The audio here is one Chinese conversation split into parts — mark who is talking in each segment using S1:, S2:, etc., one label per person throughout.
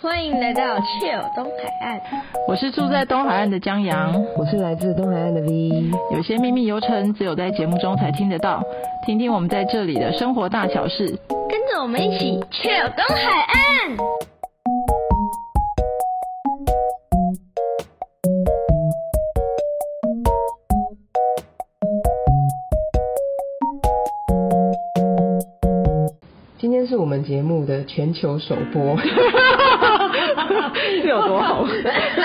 S1: 欢迎来到 Chill 东海岸，
S2: 我是住在东海岸的江阳，
S3: 我是来自东海岸的 V。
S2: 有些秘密游程只有在节目中才听得到，听听我们在这里的生活大小 事。
S1: 跟着我们一起 Chill 东海岸。
S3: 今天是我们节目的全球首 播，
S2: 是有多 好，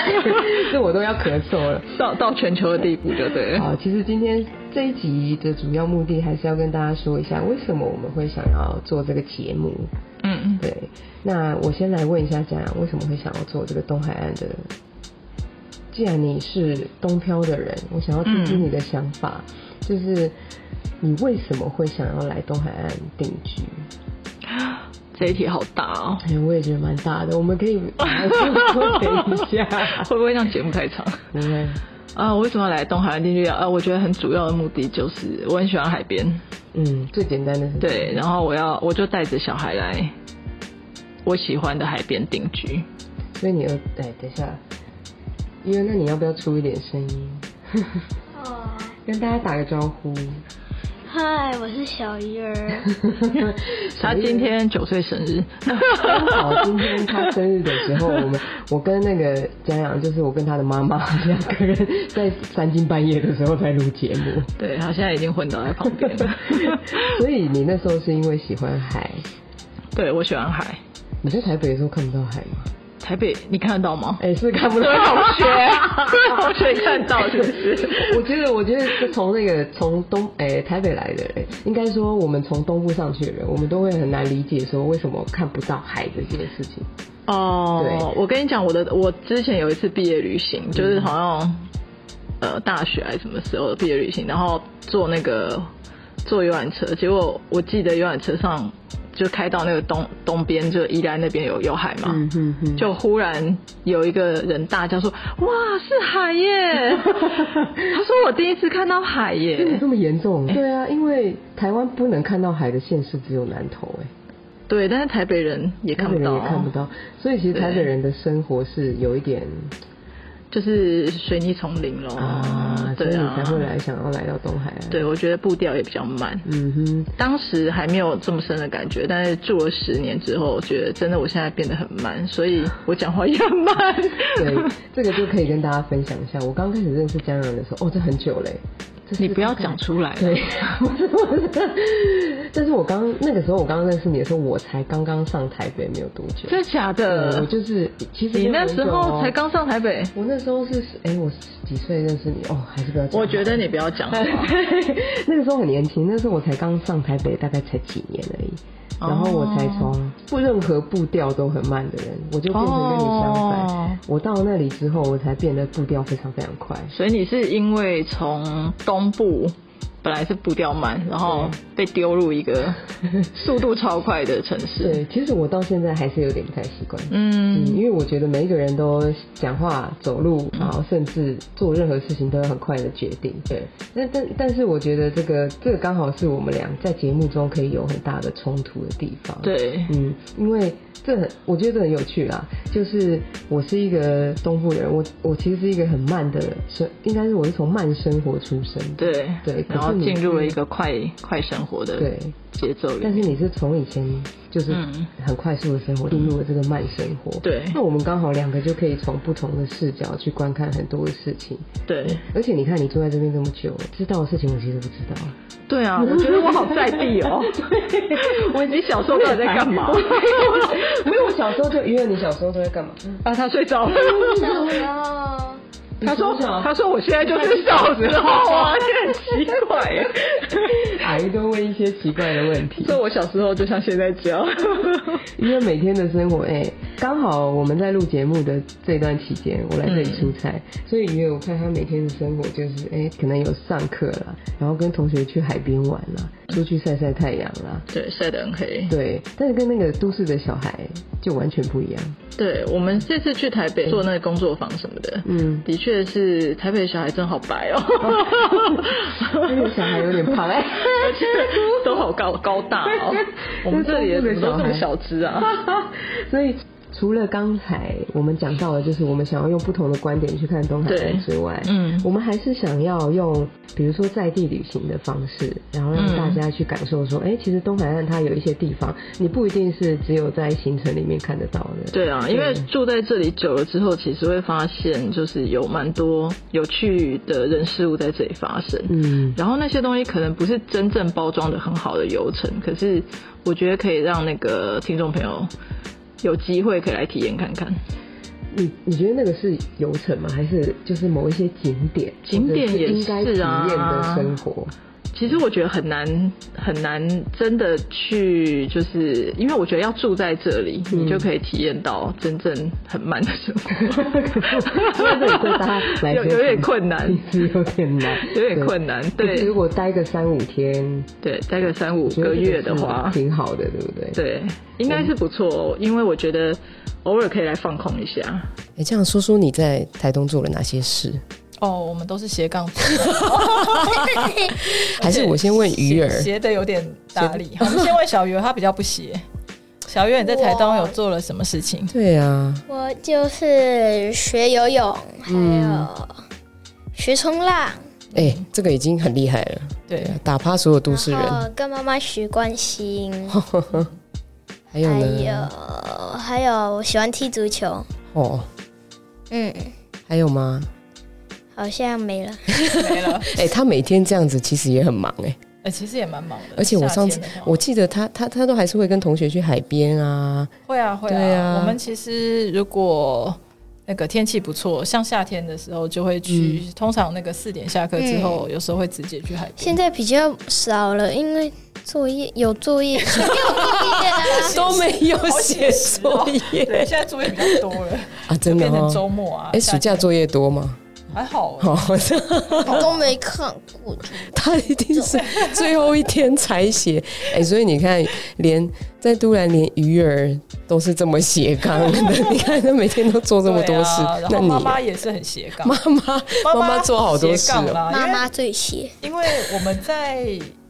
S3: 这我都要咳嗽了。
S2: 到到全球的地步就对了。
S3: 好，其实今天这一集的主要目的还是要跟大家说一下，为什么我们会想要做这个节目。
S2: 嗯，
S3: 对，那我先来问一下家长，为什么会想要做这个东海岸的？既然你是东漂的人，我想要听听你的想法，就是你为什么会想要来东海岸定居？
S2: 这一题好大哦，
S3: 哎，我也觉得蛮大的，我们可以等一下，
S2: 会不会让节目太长？
S3: 不会，
S2: 啊，我为什么要来东海岸定居啊？啊，我觉得很主要的目的就是我很喜欢海边，
S3: 嗯，最简单的是，
S2: 对，然后我要我就带着小孩来我喜欢的海边定居。
S3: 所以你要，哎，等一下，因为那你要不要出一点声 音，
S1: 哦，
S3: 跟大家打个招 呼？
S1: 嗨，我是小鱼 儿。
S2: 他今天九岁生 日，
S3: 刚好今天他生日的时候，我们我跟那个家长，就是我跟他的妈妈两个人在三更半夜的时候在录节 目，
S2: 对他现在已经混到在旁边了。
S3: 所以你那时候是因为喜欢海，
S2: 对我喜欢海，
S3: 你在台北的时候看不到海吗？
S2: 台北你看得到吗？
S3: 哎、是看不
S2: 各
S3: 到
S2: 位同学， 各位 同学看到是不是？
S3: 我觉得，我觉得是从那个从东诶、台北来的人，应该说我们从东部上去的人，我们都会很难理解说为什么看不到海这件事情。
S2: 哦，
S3: 对
S2: 我跟你讲，我的我之前有一次毕业旅行，就是好像呃大学还是什么时候的毕业旅行，然后坐那个坐游览车，结果我记得游览车上就开到那个东东边，就宜兰那边有有海嘛，
S3: 哼哼
S2: 就忽然有一个人大叫说：“哇，是海 耶！”他说：“我第一次看到海
S3: 真的
S2: 耶
S3: 这。么严重？
S2: 嗯
S3: 对啊，因为台湾不能看到海的县市只有南投、诶”
S2: 对，但是台北人也
S3: 台
S2: 看
S3: 北
S2: 不
S3: 人
S2: 到，
S3: 也看不，到，所以其实台北人的生活是有一点
S2: 就是水泥丛林咯。
S3: 啊，所以
S2: 对
S3: 你
S2: 啊，
S3: 才会来想要来到东海岸。，
S2: 对，我觉得步调也比较慢。
S3: 嗯哼，
S2: 当时还没有这么深的感觉，但是住了十年之后，我觉得真的我现在变得很慢，所以我讲话也很慢。
S3: 对，这个就可以跟大家分享一下。我刚开始认识江阳的时候，哦，这很久嘞、这 是
S2: 你不要
S3: 大概
S2: 讲出来。
S3: 对， 但是我刚那个时候，我刚认识你的时候，我才刚刚上台北没有多久。
S2: 真的假
S3: 呃，我
S2: 的？
S3: 就是其实
S2: 啊你
S3: 没有
S2: 那
S3: 很久
S2: 时
S3: 哦
S2: 候才，刚上台北，
S3: 我那时候是哎、我几岁认识你？哦，还是不要讲好了。
S2: 我觉得 你不要讲话。
S3: 那个时候很年轻，那时候我才刚上台北，大概才几年而已。
S2: 哦
S3: 然后我才从不任何步调都很慢的人，我就变成跟你相反。
S2: 哦
S3: 我到那里之后，我才变得步调非常非常快。
S2: 所以你是因为从东部本来是步调慢，然后被丢入一 个速度超快的城市。
S3: 对，其实我到现在还是有点不太习惯。嗯，
S2: 嗯，
S3: 因为我觉得每一个人都讲话、走路，然后甚至做任何事情都要很快的决定。对，那但但是我觉得这个这个刚好是我们俩在节目中可以有很大的冲突的地方。，
S2: 对，
S3: 嗯，因为这很我觉得这很有趣啦，就是我是一个东部人，我我其实是一个很慢的生，应该是我是从慢生活出身的。
S2: 对
S3: 对，
S2: 然
S3: 可
S2: 后
S3: 是你
S2: 进入了
S3: 是
S2: 一个快快生活的
S3: 对，
S2: 节奏里
S3: 但
S2: 面。
S3: 是你是从以前就是
S2: 嗯
S3: 很快速的生活进入了这个慢生活，
S2: 对
S3: 那我们刚好两个就可以从不同的视角去观看很多的事情，
S2: 对
S3: 而且你看你住在这边这么久，知道的事情我其实不知道。
S2: 对啊，我觉得我好在地 哦。我你小时候到底在干嘛？
S3: 没有，我小时候就因为你小时候都在干嘛？
S2: 啊，他睡着了。
S1: 后，
S2: 他说
S3: 你小时候
S2: 他说我现在就是小时候 啊，你很奇怪耶。
S3: 阿姨都问一些奇怪的问题。
S2: 所以我小时候就像现在这样。
S3: 因为每天的生活，哎、刚好我们在录节目的这段期间，我来这里出差，所以因为我看他每天的生活就是，哎、可能有上课啦，然后跟同学去海边玩啦，出去晒晒太阳啦，
S2: 对，晒得很黑。
S3: 对，但是跟那个都市的小孩就完全不一样。
S4: 对我们这次去台北做那个工作坊什么的，
S5: 嗯，
S4: 的确是台北小孩真好白哦，
S5: 那个小孩有点胖哎，
S4: 而且都好高高大 哦，我们这里的怎么都这么小只啊？
S5: 所以除了刚才我们讲到的，就是我们想要用不同的观点去看东海岸之外，
S4: 对嗯
S5: 我们还是想要用比如说在地旅行的方式，然后让
S4: 嗯
S5: 大家去感受说，哎、其实东海岸它有一些地方，你不一定是只有在行程里面看得到的。
S4: 对啊，因为住在这里久了之后，其实会发现就是有蛮多有趣的人事物在这里发生。
S5: 嗯，
S4: 然后那些东西可能不是真正包装的很好的流程，可是我觉得可以让那个听众朋友有机会可以来体验看看。
S5: 你你觉得那个是游程吗？还是就是某一些景点？
S4: 景点
S5: 或者
S4: 也
S5: 应该体
S4: 是啊
S5: 验的生 活。
S4: 其实我觉得很难很难真的去，就是因为我觉得要住在这里，
S5: 嗯。
S4: 你就可以体验到真正很慢的生活
S5: 所以这里对大 家 来
S4: 有
S5: 说
S4: 有点困 难，
S5: 其实有点难，
S4: 有点困难对
S5: 如果待个三五天，
S4: 对，待个三五
S5: 我觉得
S4: 个月的
S5: 这
S4: 话
S5: 是，挺好的，对不对？。
S4: 对，应该是不错、哦，因为我觉得偶尔可以来放空一下。
S5: 哎，这样说说你在台东做了哪些事？
S2: 哦，我们都是斜杠族，
S5: 还是我先问鱼儿？
S2: 斜的有点打理。好我们先问小鱼儿，他比较不斜。小鱼儿，你在台东有做了什么事情？
S5: 对啊，
S6: 我就是学游泳，还有学冲浪，
S3: 哎、这个已经很厉害了，
S2: 对，
S3: 打趴所有都市人。
S6: 嗯然后跟妈妈学关心，
S3: 还有
S6: 还
S3: 呢？
S6: 有还有我喜欢踢足球，
S3: 哦，
S6: 嗯，
S3: 还有吗？
S6: 好像没了。
S2: 没了。
S3: 哎、他每天这样子其实也很忙哎、
S2: 哎，其实也蛮忙的。
S3: 而且我上
S2: 夏
S3: 次
S2: 天的话
S3: 我记得他他他都还是会跟同学去海边 啊，
S2: 会啊会
S3: 对
S2: 啊
S3: 啊，
S2: 我们其实如果那个天气不错，像夏天的时候就会去，
S3: 嗯
S2: 通常那个四点下课之后，有时候会直接去海边。
S6: 现在比较少了，因为作业有作业，没有作业啦。
S3: 都没有写作
S2: 哦 对，
S3: 业
S2: 现在作业比较多了，
S3: 啊，
S2: 就
S3: 真的
S2: 变成周
S3: 哦。
S2: 末啊。
S3: 哎、暑假作业多吗？
S2: 还好欸，
S3: 哦，
S6: 都没看 过。
S3: 他一定是最后一天才写。哎、所以你看，连在都兰，连鱼儿都是这么斜杠的。你看他每天都做这么多事，
S2: 对啊然
S3: 那
S2: 后
S3: 你
S2: 妈妈也是很斜杠，
S3: 妈妈妈妈做好多事
S2: 斜杠
S3: 哦。
S2: 啦，
S6: 妈妈最邪，
S2: 因为，因为我们在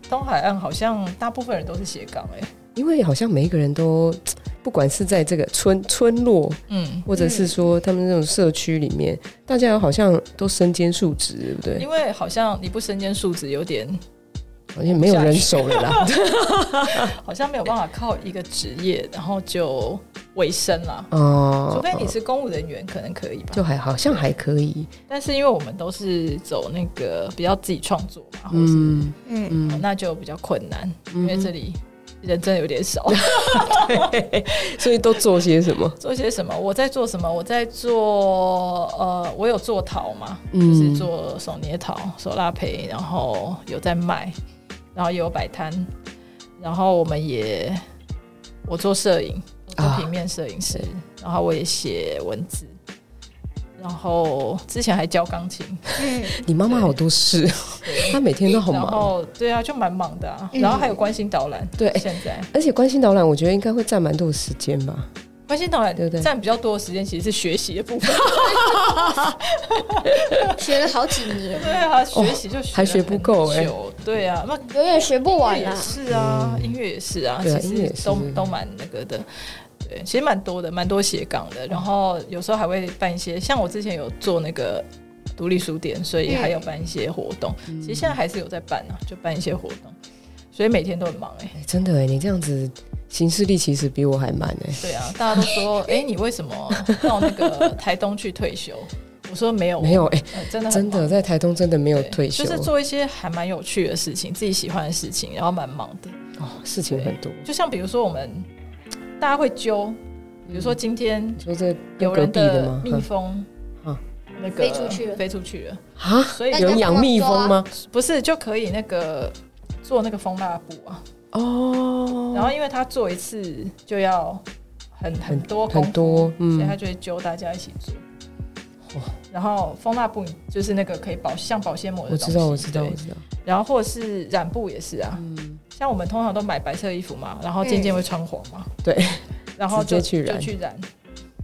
S2: 东海岸好像大部分人都是斜杠哎、
S3: 因为好像每一个人都，不管是在这个村村落，
S2: 嗯，
S3: 或者是说他们那种社区里面，大家好像都身兼数职，对不对
S2: 因？为好像你不身兼数职，有点
S3: 好像没有人手 了啦。
S2: 好像没有办法靠一个职业然后就维生啦。
S3: 哦，
S2: 除非你是公务人员，可能可以吧。
S3: 就还好像还可以，
S2: 但是因为我们都是走那个比较自己创作嘛，或是、
S3: 嗯
S6: 嗯，
S3: 嗯，
S2: 那就比较困难，因为这里人真的有点 少。
S3: 所以都做些什么？
S2: 做些什么？我在做什么？我在做呃，我有做陶嘛，
S3: 嗯
S2: 就是做手捏陶、手拉胚，然后有在卖，然后也有摆摊，然后我们也我做摄影，我做
S3: 啊
S2: 平面摄影师，然后我也写文字，然后之前还教钢琴，
S3: 你妈妈好多事， 她每天都好
S2: 然
S3: 忙。
S2: 后对啊，就蛮忙的啊，
S6: 嗯
S2: 然后还有关心导览，
S3: 对
S2: 现在
S3: 而且关心导览，我觉得应该会占蛮多的时间吧。
S2: 关心导览
S3: 对不对
S2: 占比较多的时间，其实是学习的部分，
S6: 学了好几 年，
S2: 对啊，学习就学、
S3: 哦还学不够欸
S2: 哎、对啊，那
S6: 永远学不完
S2: 音乐
S6: 啦
S2: 也。是啊，音乐也是啊，
S3: 对啊
S2: 其
S3: 音乐
S2: 实
S3: 也是
S2: 都都蛮那个的。对，其实蛮多的，蛮多斜杠的。然后有时候还会办一些，像我之前有做那个独立书店，所
S6: 嗯
S2: 以还有办一些活动。其实现在还是有在办啊，就办一些活动，所以每天都很忙哎、
S3: 哎真的哎，你这样子行事力其实比我还慢哎。
S2: 对啊，大家都 说，哎、你为什么到那个台东去退休？我说没有，
S3: 没有哎，
S2: 呃真的很
S3: 真
S2: 忙
S3: 的在台东真的没有
S2: 对
S3: 退休，
S2: 就是做一些还蛮有趣的事情，自己喜欢的事情，然后蛮忙的。
S3: 哦事情很多。
S2: 就像比如说我们大家会揪，比如说今天
S3: 说这
S2: 有
S3: 跟嗯
S2: 人
S3: 隔壁的
S2: 的
S3: 吗？
S2: 蜜蜂
S3: 嗯，
S2: 那个
S6: 飞出去了
S2: 飞出去了，
S3: 啊，
S2: 所以
S6: 大家
S3: 有人养蜜蜂吗？
S2: 不是就可以那个做那个蜂蜡布啊？
S3: 哦，
S2: 然后因为他做一次就要很很多功夫
S3: 很多，
S2: 所以他
S3: 嗯，
S2: 就会揪大家一起做。然后蜂蜡布就是那个可以保像保鲜膜的
S3: 我
S2: 东西，
S3: 知道，我知道，嗯
S2: 对
S3: 我知道，
S2: 然后或者是染布也是啊，像我们通常都买白色衣服嘛，然后渐渐会穿黄嘛，
S3: 嗯对，
S2: 然后就
S3: 直接去染
S2: 就去染，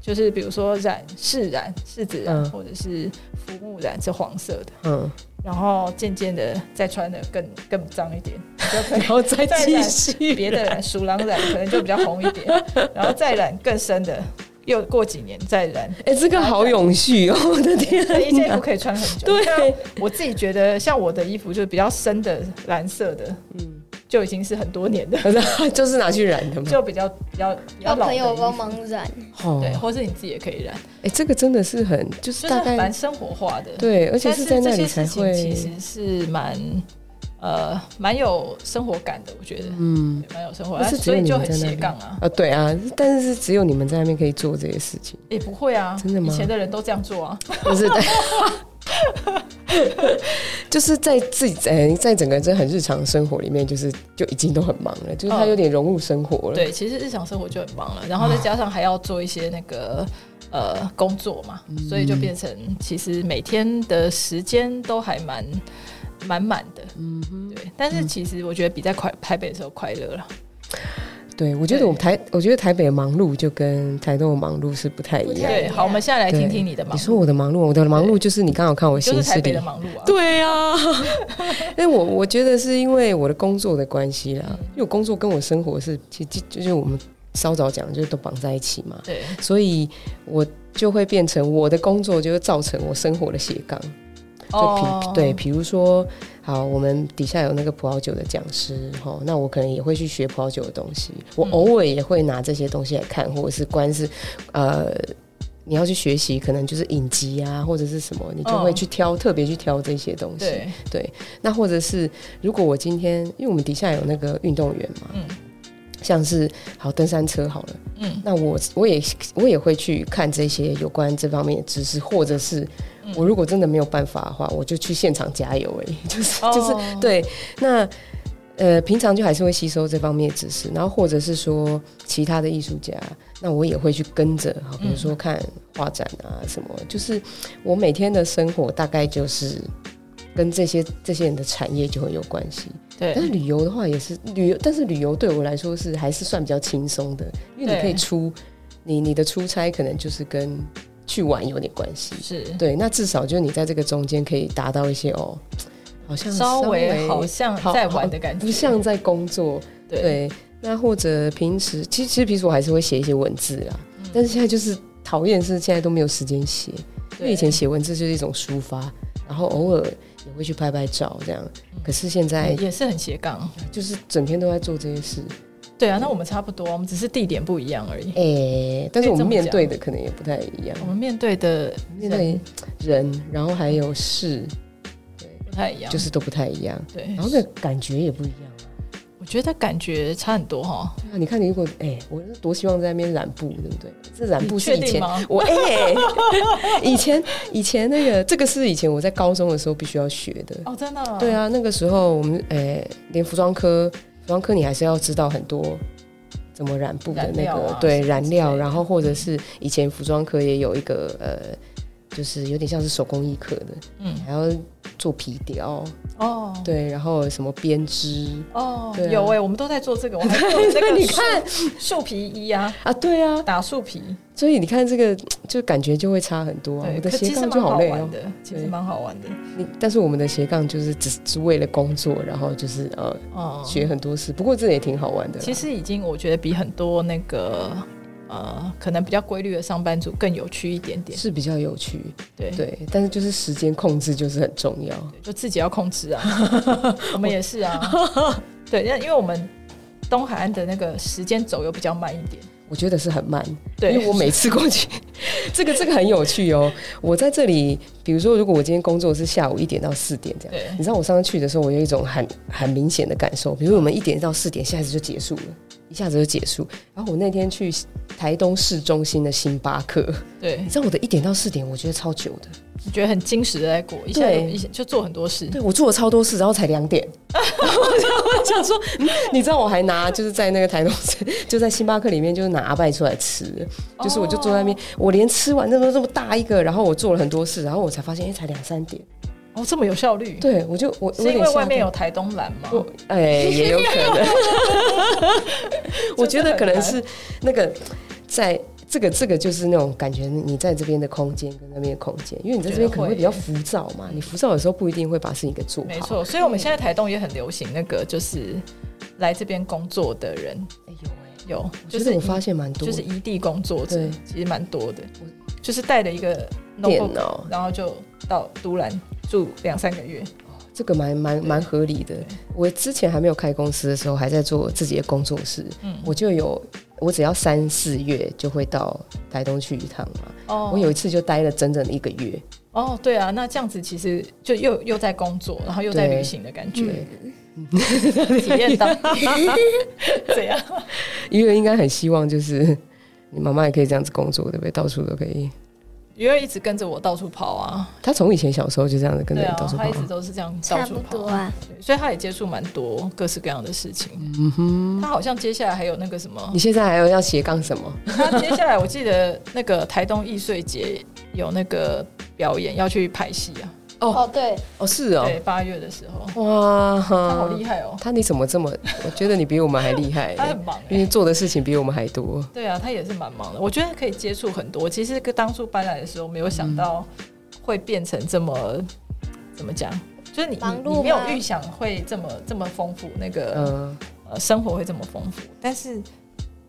S2: 就是比如说染柿染、柿子染、
S3: 嗯
S2: 或者是浮木染是黄色的，
S3: 嗯，
S2: 然后渐渐的再穿的更更脏一点，就可以
S3: 然后再
S2: 再
S3: 继
S2: 染
S3: 续
S2: 别的染鼠狼染可能就比较红一点，然后再染更深的，又过几年再染
S3: 哎、这个好永续哦！我的天
S2: 所以这件衣
S3: 哪
S2: 服，可以穿很久。
S3: 对
S2: 像我自己觉得，像我的衣服就是比较深的蓝色的，嗯，就已经是很多年的，
S3: 可是就是拿去染的嘛。
S2: 就比较比较比较老
S3: 哦
S6: 要
S2: 的
S6: 朋
S2: 衣
S6: 友帮
S2: 服。
S6: 忙染，
S3: 好，
S2: 对，
S3: 哎、
S2: 或是你自己也可以染，
S3: 这个真的是很，就是
S2: 就是
S3: 大概
S2: 蛮生活化的。，
S3: 对，而且
S2: 但
S3: 是
S2: 是
S3: 在那
S2: 这
S3: 里
S2: 些
S3: 才
S2: 事
S3: 会
S2: 情，其实嗯是蛮呃蛮有生活感的，我觉得，
S3: 嗯，
S2: 对蛮有生活
S3: 不
S2: 感，啊
S3: 是只
S2: 所
S3: 有
S2: 以
S3: 你
S2: 就
S3: 们
S2: 很
S3: 在那
S2: 斜
S3: 里
S2: 杠啊。
S3: 啊，对啊，但是只有你们在那边可以做这些事情，
S2: 也不会啊，
S3: 真的吗
S2: 以前的人都这样做啊，
S3: 不是？ 就是在自己呃，在整个这很日常生活里面，就是就已经都很忙了，就是他
S2: 嗯
S3: 有点融入生活了。
S2: 对，其实日常生活就很忙了，然后
S3: 啊
S2: 再加上还要做一些那个呃工作嘛，
S3: 嗯
S2: 所以就变成其实每天的时间都还蛮满满的。嗯对。但是其实我觉得比在快台北的时候快乐了。
S3: 对，我觉得我们台，我觉得台北的忙碌就跟台东的忙碌是不太一样。
S2: 对，好，我们现在来
S3: 对
S2: 听听你的忙
S3: 你
S2: 碌，
S3: 说我的忙碌，我的忙碌就是你刚好看我
S2: 就是
S3: 行事
S2: 台
S3: 历
S2: 北的。忙碌啊。
S3: 对啊， 但哎我我觉得是因为我的工作的关系啦，因为我工作跟我生活是，其实就是我们稍早讲，就是都绑在一起嘛，
S2: 对，
S3: 所以我就会变成我的工作就会造成我生活的斜杠。就比、
S2: 哦
S3: 对，比如说，好，我们底下有那个葡萄酒的讲师哈，齁那我可能也会去学葡萄酒的东西，
S2: 嗯
S3: 我偶尔也会拿这些东西来看，或者是关是呃，你要去学习，可能就是影集啊，或者是什么，你就会
S2: 嗯
S3: 去挑、特别去挑这些东西。
S2: 对，
S3: 那或者是如果我今天，因为我们底下有那个运动员嘛，
S2: 嗯
S3: 像是好登山车好了，
S2: 嗯，
S3: 那我我也我也会去看这些有关这方面的知识，或者是
S2: 嗯
S3: 我如果真的没有办法的话，我就去现场加油、哎， 就是、
S2: 哦
S3: 就是对，那呃，平常就还是会吸收这方面的知识，然后或者是说其他的艺术家，那我也会去跟着，好比如
S2: 嗯
S3: 说看画展啊什么，就是我每天的生活大概就是跟这些这些人的产业就会有关系。但是
S2: 对，
S3: 旅游的话也是旅游，但是旅游对我来说是还是算比较轻松的，因为
S2: 对
S3: 你可以出你你的出差可能就是跟去玩有点关系。
S2: 是
S3: 对，那至少就是你在这个中间可以达到一些哦，好像
S2: 稍微
S3: 微
S2: 好像
S3: 好
S2: 在玩的感觉，
S3: 不像在工作。
S2: 对
S3: 对，那或者平时其实其实平时我还是会写一些文字啦，
S2: 嗯
S3: 但是现在就是讨厌是现在都没有时间写，因为以前写文字就是一种抒发，然后偶尔也会去拍拍照这样。
S2: 嗯
S3: 可是现在
S2: 也是很斜杠。
S3: 就是整天都在做这些事，
S2: 对啊，那我们差不多，我们只是地点不一样而已。
S3: 哎、但是
S2: 可
S3: 我
S2: 以这
S3: 们
S2: 么哦
S3: 面对的可能也不太一样
S2: 我，们面对的
S3: 面
S2: 人
S3: 对人，然后还有事，
S2: 不太一样，
S3: 就是都不太一样，
S2: 对，
S3: 然后那感觉也不一样啊。
S2: 我觉得感觉差很多哈。
S3: 对啊，你看你如果哎、我是多希望在那边染布，对不对？这染布
S2: 你
S3: 是
S2: 确
S3: 以
S2: 定
S3: 前
S2: 吗？
S3: 我哎、以前以前那个这个是以前我在高中的时候必须要学的，
S2: 哦，真的、
S3: 对
S2: 啊，
S3: 啊，那个时候我们诶、呃连服装科，服装科你还是要知道很多怎么染布的
S2: 染
S3: 那
S2: 料
S3: 个、
S2: 啊
S3: 对
S2: 什么
S3: 染
S2: 之
S3: 料，
S2: 类的
S3: 然后或者是以前服装科也有一个呃，就是有点像是手工艺课的，
S2: 嗯，
S3: 还要做皮雕，
S2: 哦，
S3: 对，然后什么编织
S2: 哦，
S3: 对啊
S2: 有哎、我们都在做这个，我 还做那个
S3: 你看
S2: 树树皮衣啊，
S3: 啊，对啊，
S2: 打树皮，
S3: 所以你看这个就感觉就会差很多啊，
S2: 对，
S3: 我的
S2: 可
S3: 斜
S2: 其实
S3: 杠
S2: 蛮
S3: 就
S2: 好
S3: 累哦
S2: 玩。的，其实蛮好玩的，
S3: 你但是我们的斜杠就是只是为了工作，然后就是呃
S2: 哦、
S3: 学很多事，不过这也挺好玩的啦。
S2: 其实已经我觉得比很多那个呃，可能比较规律的上班族更有趣一点点，
S3: 是比较有趣，
S2: 对。
S3: 对，但是就是时间控制就是很重要。
S2: 就自己要控制 啊，我们也是啊，对，因为因为我们东海岸的那个时间轴又比较慢一点，
S3: 我觉得是很慢，
S2: 对
S3: 因为我每次过去， 这个这个很有趣哦。我在这里，比如说，如果我今天工作是下午一点到四点这样
S2: 对，
S3: 你知道我上次去的时候，我有一种很很明显的感受，比如我们一点到四点，下子就结束了，一下子就结束。然后我那天去台东市中心的星巴克，
S2: 对
S3: 你，知道我的一点到四点，我觉得超久的，
S2: 你觉得很精实的在过，一下
S3: 对
S2: 有一下就做很多事，
S3: 对我做了超多事，然后才两 点，我想说，嗯你知道我还拿就是在那个台东市，就在星巴克里面就是拿阿拜出来吃，就是我就坐在那
S2: 哦
S3: 边，我连吃完那么这么大一个，然后我做了很多事，然后我才发现，哎、才两三点，
S2: 哦，这么有效率，
S3: 对我就我我
S2: 是
S3: 有
S2: 因
S3: 点
S2: 为
S3: 吓
S2: 外面
S3: 到
S2: 有台东蓝吗？
S3: 我哎、也 有可能。我觉得可能是那个在
S7: 这个这个就是那种感觉，你在这边的空间跟那边的空间，因为你在这边可能会比较浮躁嘛，你浮躁有时候不一定会把事情给做好。
S8: 没错，所以我
S3: 嗯
S8: 们现在台东也很流行那个，就是来这边工作的人
S7: 哎，有哎、
S8: 有，就
S7: 就是是我发现蛮多
S8: 就
S7: 的，
S8: 是异地工作者
S7: 对，
S8: 其实蛮多的，就是带了一个
S7: 电
S8: notebook，
S7: 脑
S8: 然后就到都兰住两三个月，
S7: 这个蛮蛮蛮合理的。我之前还没有开公司的时候，还在做自己的工作室，
S8: 嗯
S7: 我就有我只要三四月就会到台东去一趟嘛。
S8: 哦
S7: 我有一次就待了整整的一个月，
S8: 哦，对啊，那这样子其实就又又在工作，然后又在旅行的感觉，嗯 体验 到啊怎样？
S7: 因为应该很希望就是 你妈妈也可以这样子工作，对不对？到处都可以。
S8: 因为一直跟着我到处跑啊，
S7: 她从以前小时候就这样子跟
S8: 对
S7: 着
S8: 啊
S7: 你到，处跑
S8: 他一，直都是这样到
S1: 差
S8: 处
S1: 不
S8: 跑
S1: 多，啊。
S8: 对所以他也接触蛮多各式各样的事情。
S7: 嗯哼。
S8: 他好像接下来还有那个什么
S7: 你，现在还有要斜杠什么？
S8: 他接下来我记得那个台东易碎节有那个表演要去拍戏啊，
S1: 哦，对，
S7: 哦，是哦，嗯
S8: 对，八月的时候，
S7: 哇，
S8: 他
S7: 好
S8: 好厉！害哦，
S7: 他你怎么这么？我觉得你比我们还厉 害、
S8: 他很忙
S7: 因
S8: 哎、
S7: 为做的事情比我们还多。
S8: 对啊，他也是蛮忙的。我觉得可以接触很多。其实跟当初搬来的时候，没有想到
S7: 嗯
S8: 会变成这么怎么讲，就是你
S6: 忙
S8: 你
S6: 碌
S8: 你没有
S6: 吗
S8: 预想会这么这么丰富，那个、
S7: 嗯，
S8: 呃生活会这么丰富，但是。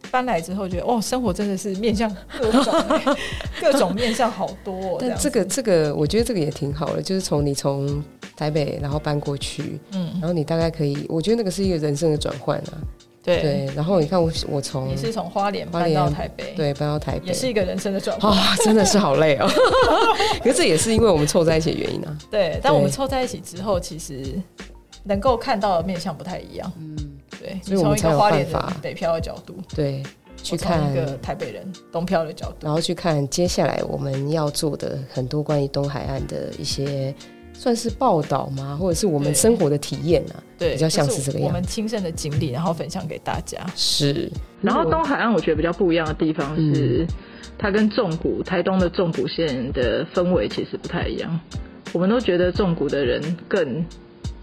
S8: 搬来之后觉得哦，生活真的是面向各种、哎 各种面向好多、哦。
S7: 但
S8: 样
S7: 这
S8: 子
S7: 个这个，我觉得这个也挺好的，就是从你从台北然后搬过去，
S8: 嗯
S7: 然，后你大概可以，我觉得那个是一个人生的转换啊。
S8: 对，
S7: 对，然后你看我我从
S8: 你是从花莲
S7: 花
S8: 搬到
S7: 莲
S8: 台北，，
S7: 对搬到台北
S8: 也，是一个人生的转换。
S7: 啊，真的是好累哦。 可是这也是因为我们凑在一起的原因啊。
S8: 对，但我们凑在一起之后，其实能够看到的面向不太一样。
S7: 嗯，
S8: 对，
S7: 所以
S8: 你从
S7: 我们
S8: 一
S7: 才
S8: 个
S7: 有
S8: 花莲
S7: 办法
S8: 人北漂的角度，
S7: 对，去
S8: 我从
S7: 看
S8: 一个台北人东漂的角度。
S7: 然后去看接下来我们要做的很多关于东海岸的一些算是报道吗？或者是我们
S8: 对
S7: 生活的体验啊？
S8: 对，
S7: 比较像
S8: 就是
S7: 这个
S8: 我
S7: 样
S8: 们亲身的经历，然后分享给大家。
S3: 嗯
S7: 是，
S2: 然后东海岸我觉得比较不一样的地方是，
S7: 嗯
S2: 它跟纵谷台东的纵谷县的氛围其实不太一样。我们都觉得纵谷的人更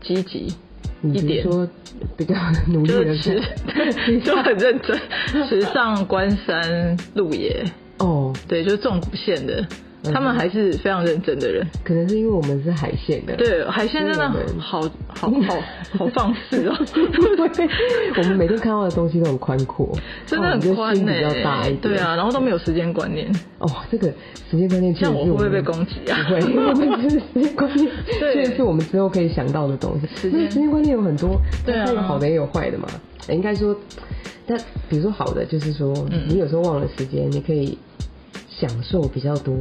S2: 积极，
S3: 你比如说比较努力
S2: 就
S3: 的
S2: 是
S3: 是
S2: 持 就很认真， 时尚关山路野，
S3: 哦，
S2: 对，就是纵谷县的，
S3: 嗯
S2: 他们还是非常认真的人。
S3: 可能是因为我们是海线的，，
S2: 对，海鲜真的
S3: 因为我们
S2: 好好好好放肆 哦，
S3: 我们每天看到的东西都很宽阔，
S2: 真的
S3: 哦我
S2: 很
S3: 们就
S2: 宽
S3: 心
S2: 呢、
S3: 比较大一点，
S2: 对啊，，然后都没有时间观念，
S3: 哦，这个时间观念
S2: 这
S3: 确实
S2: 样
S3: 是
S2: 我
S3: 我
S2: 会
S3: 们
S2: 不会被 攻击啊？
S3: 不会，我们只是时间观念，
S2: 对
S3: 确实是我们之后可以想到的东西。
S2: 时
S3: 那
S2: 间
S3: 时间观念有很多，
S2: 对啊
S3: 它有好的也有坏的嘛。应该说，但比如说好的，就是说、
S2: 嗯
S3: 你有时候忘了时间，你可以享受比较多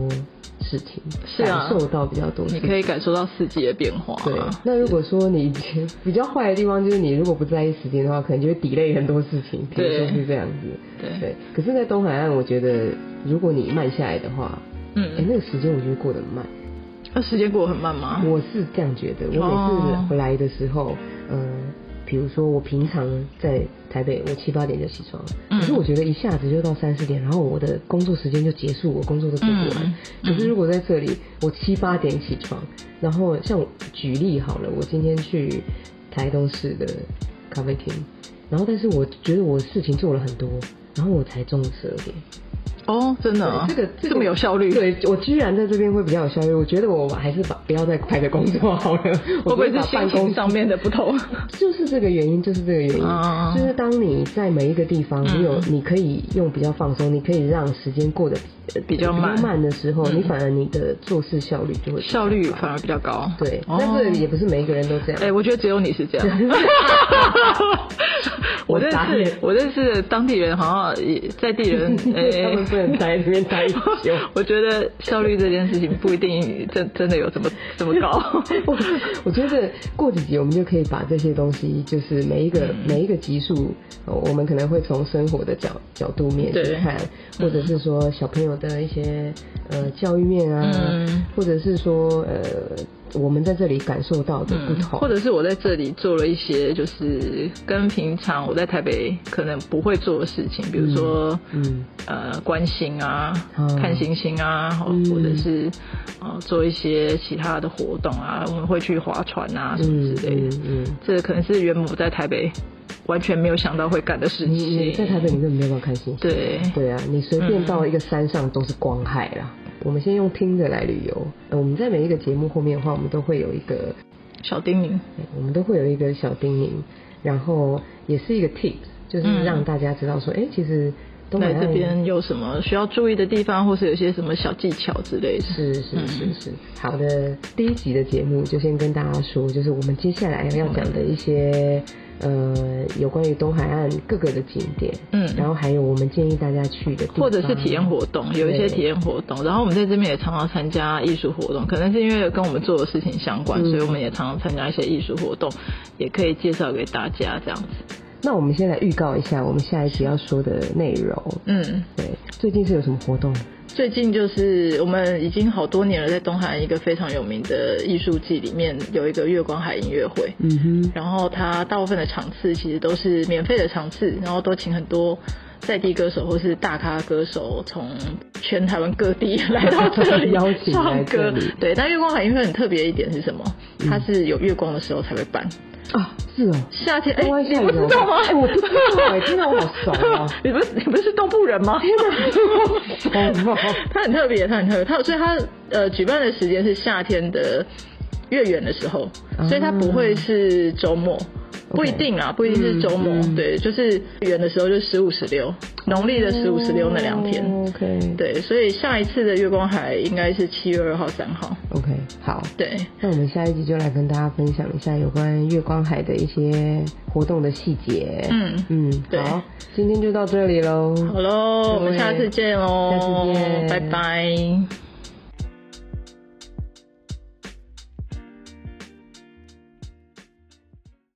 S3: 事情，
S2: 是啊
S3: 享受到比较多 事
S2: 你
S3: 情
S2: 可。以感受到四季的变化、啊
S3: 对，那如果说你比较坏的地方就是你如果不在意时间的话，可能就会 delay 很多事情，比如
S2: 对
S3: 说是这样子。
S2: 对
S3: 对，可是，在东海岸，我觉得如果你慢下来的话，哎、
S2: 嗯，
S3: 那个时间我觉得过得很慢。
S2: 那时间过得很慢吗？
S3: 我是这样觉得，我每次
S2: 哦
S3: 回来的时候，嗯，比如说我平常在台北，我七八点就起床，
S2: 嗯
S3: 可是我觉得一下子就到三四点，然后我的工作时间就结束，我工作都做不完
S2: 嗯。
S3: 可是如果在这里，我七八点起床，然后像我举例好了，我今天去台东市的咖啡厅，然后但是我觉得我事情做了很多，然后我才中午十二点。
S2: 哦，真的、啊，
S3: 对这个
S2: 这么有效 率，
S3: 对我居然在这边会比较有效率。我觉得我还是把不要再开的工作好了，我
S2: 会不会是
S3: 把
S2: 心
S3: 办公
S2: 情上面的不同？
S3: 就是这个原因，就是这个原因，
S2: 啊嗯
S3: 就是当你在每一个地方，你有你可以用比较放松，你可以让时间过得比
S2: 比较慢嗯
S3: 比较慢的时候，你反而你的做事效率就会比较
S2: 效率
S3: 高
S2: 反而比较高。
S3: 对，
S2: 哦
S3: 但是也不是每一个人都这样。
S2: 哎、我觉得只有你是这样。我认
S3: 我傻眼
S2: 识我认识的当地人，好像也在地 人，哎、
S3: 他们不能待在这边待久，
S2: 我觉得效率这件事情不一定真真的有这么这么 高。
S3: 我我觉得过几集我们就可以把这些东西，就是每一个、
S2: 嗯
S3: 每一个集数，呃我们可能会从生活的角角度面去
S2: 对
S3: 看，或者是说小朋友的一些呃教育面啊，
S2: 嗯
S3: 或者是说呃我们在这里感受到的不
S2: 嗯，
S3: 同，
S2: 或者是我在这里做了一些，就是跟平常我在台北可能不会做的事情，比如说，
S3: 嗯
S2: 呃，观星啊，
S3: 嗯
S2: 看星星啊，或
S3: 嗯
S2: 或者是呃做一些其他的活动啊，我们会去划船啊什么之类的。
S3: 嗯嗯嗯
S2: 这可能是原本我在台北完全没有想到会干的事
S3: 嗯你你在
S2: 情。
S3: 台北，你根本没有办法看星星。
S2: 对，
S3: 对啊，你随便到一个山上都是光害啦。我们先用听的来旅游。呃，我们在每一个节目后面的话，我们都会有一个，
S2: 小叮咛，
S3: 对我们都会有一个小叮咛，然后也是一个 tips，就是
S2: 嗯
S3: 让大家知道说，哎、其实东海
S2: 在
S3: 岸
S2: 这边有什么需要注意的地方，或是有些什么小技巧之类的。
S3: 是是是
S2: 嗯
S3: 是，好的，第一集的节目就先跟大家说，就是我们接下来要讲的一些呃有关于东海岸各个的景点，
S2: 嗯
S3: 然后还有我们建议大家去的地方，
S2: 或者是体验活动，有一些体验活动。然后我们在这边也常常参加艺术活动，可能是因为跟我们做的事情相关，
S3: 嗯
S2: 所以我们也常常参加一些艺术活动，也可以介绍给大家这样子。
S3: 那我们先来预告一下我们下一集要说的内容。
S2: 嗯，
S3: 对，最近是有什么活动？
S2: 最近就是我们已经好多年了，在东海岸一个非常有名的艺术季里面有一个月光海音乐会。
S3: 嗯哼，
S2: 然后它大部分的场次其实都是免费的场次，然后都请很多在地歌手或是大咖歌手从全台湾各地来到这里
S3: 邀请来
S2: 唱
S3: 这
S2: 歌
S3: 里。嗯
S2: 对，但月光海音乐很特别一点是什么？它是有月光的时候才会办，
S3: 啊，是哦，
S2: 夏天哎
S3: 东，湾
S2: 你
S3: 下
S2: 不知道吗？
S3: 哎、我不知道哎、听到我好熟啊。
S2: 你不是你不是东部人吗？
S3: 天哪哦
S2: 它很特别，它很特别，它所以它呃举办的时间是夏天的月圆的时候，所以它不会是周末。不一定啊，不一定是周末，对，就是圆的时候就十五十六，农历的十五十六那两天，
S3: 哦 OK
S2: 对，所以下一次的月光海应该是七月二号、三号，
S3: OK，好，
S2: 对，
S3: 那我们下一集就来跟大家分享一下有关月光海的一些活动的细节。
S2: 嗯，
S3: 嗯，
S2: 对
S3: 好，今天就到这里喽。
S2: 好喽，我们下次见喽，
S3: 下次见
S2: 拜拜。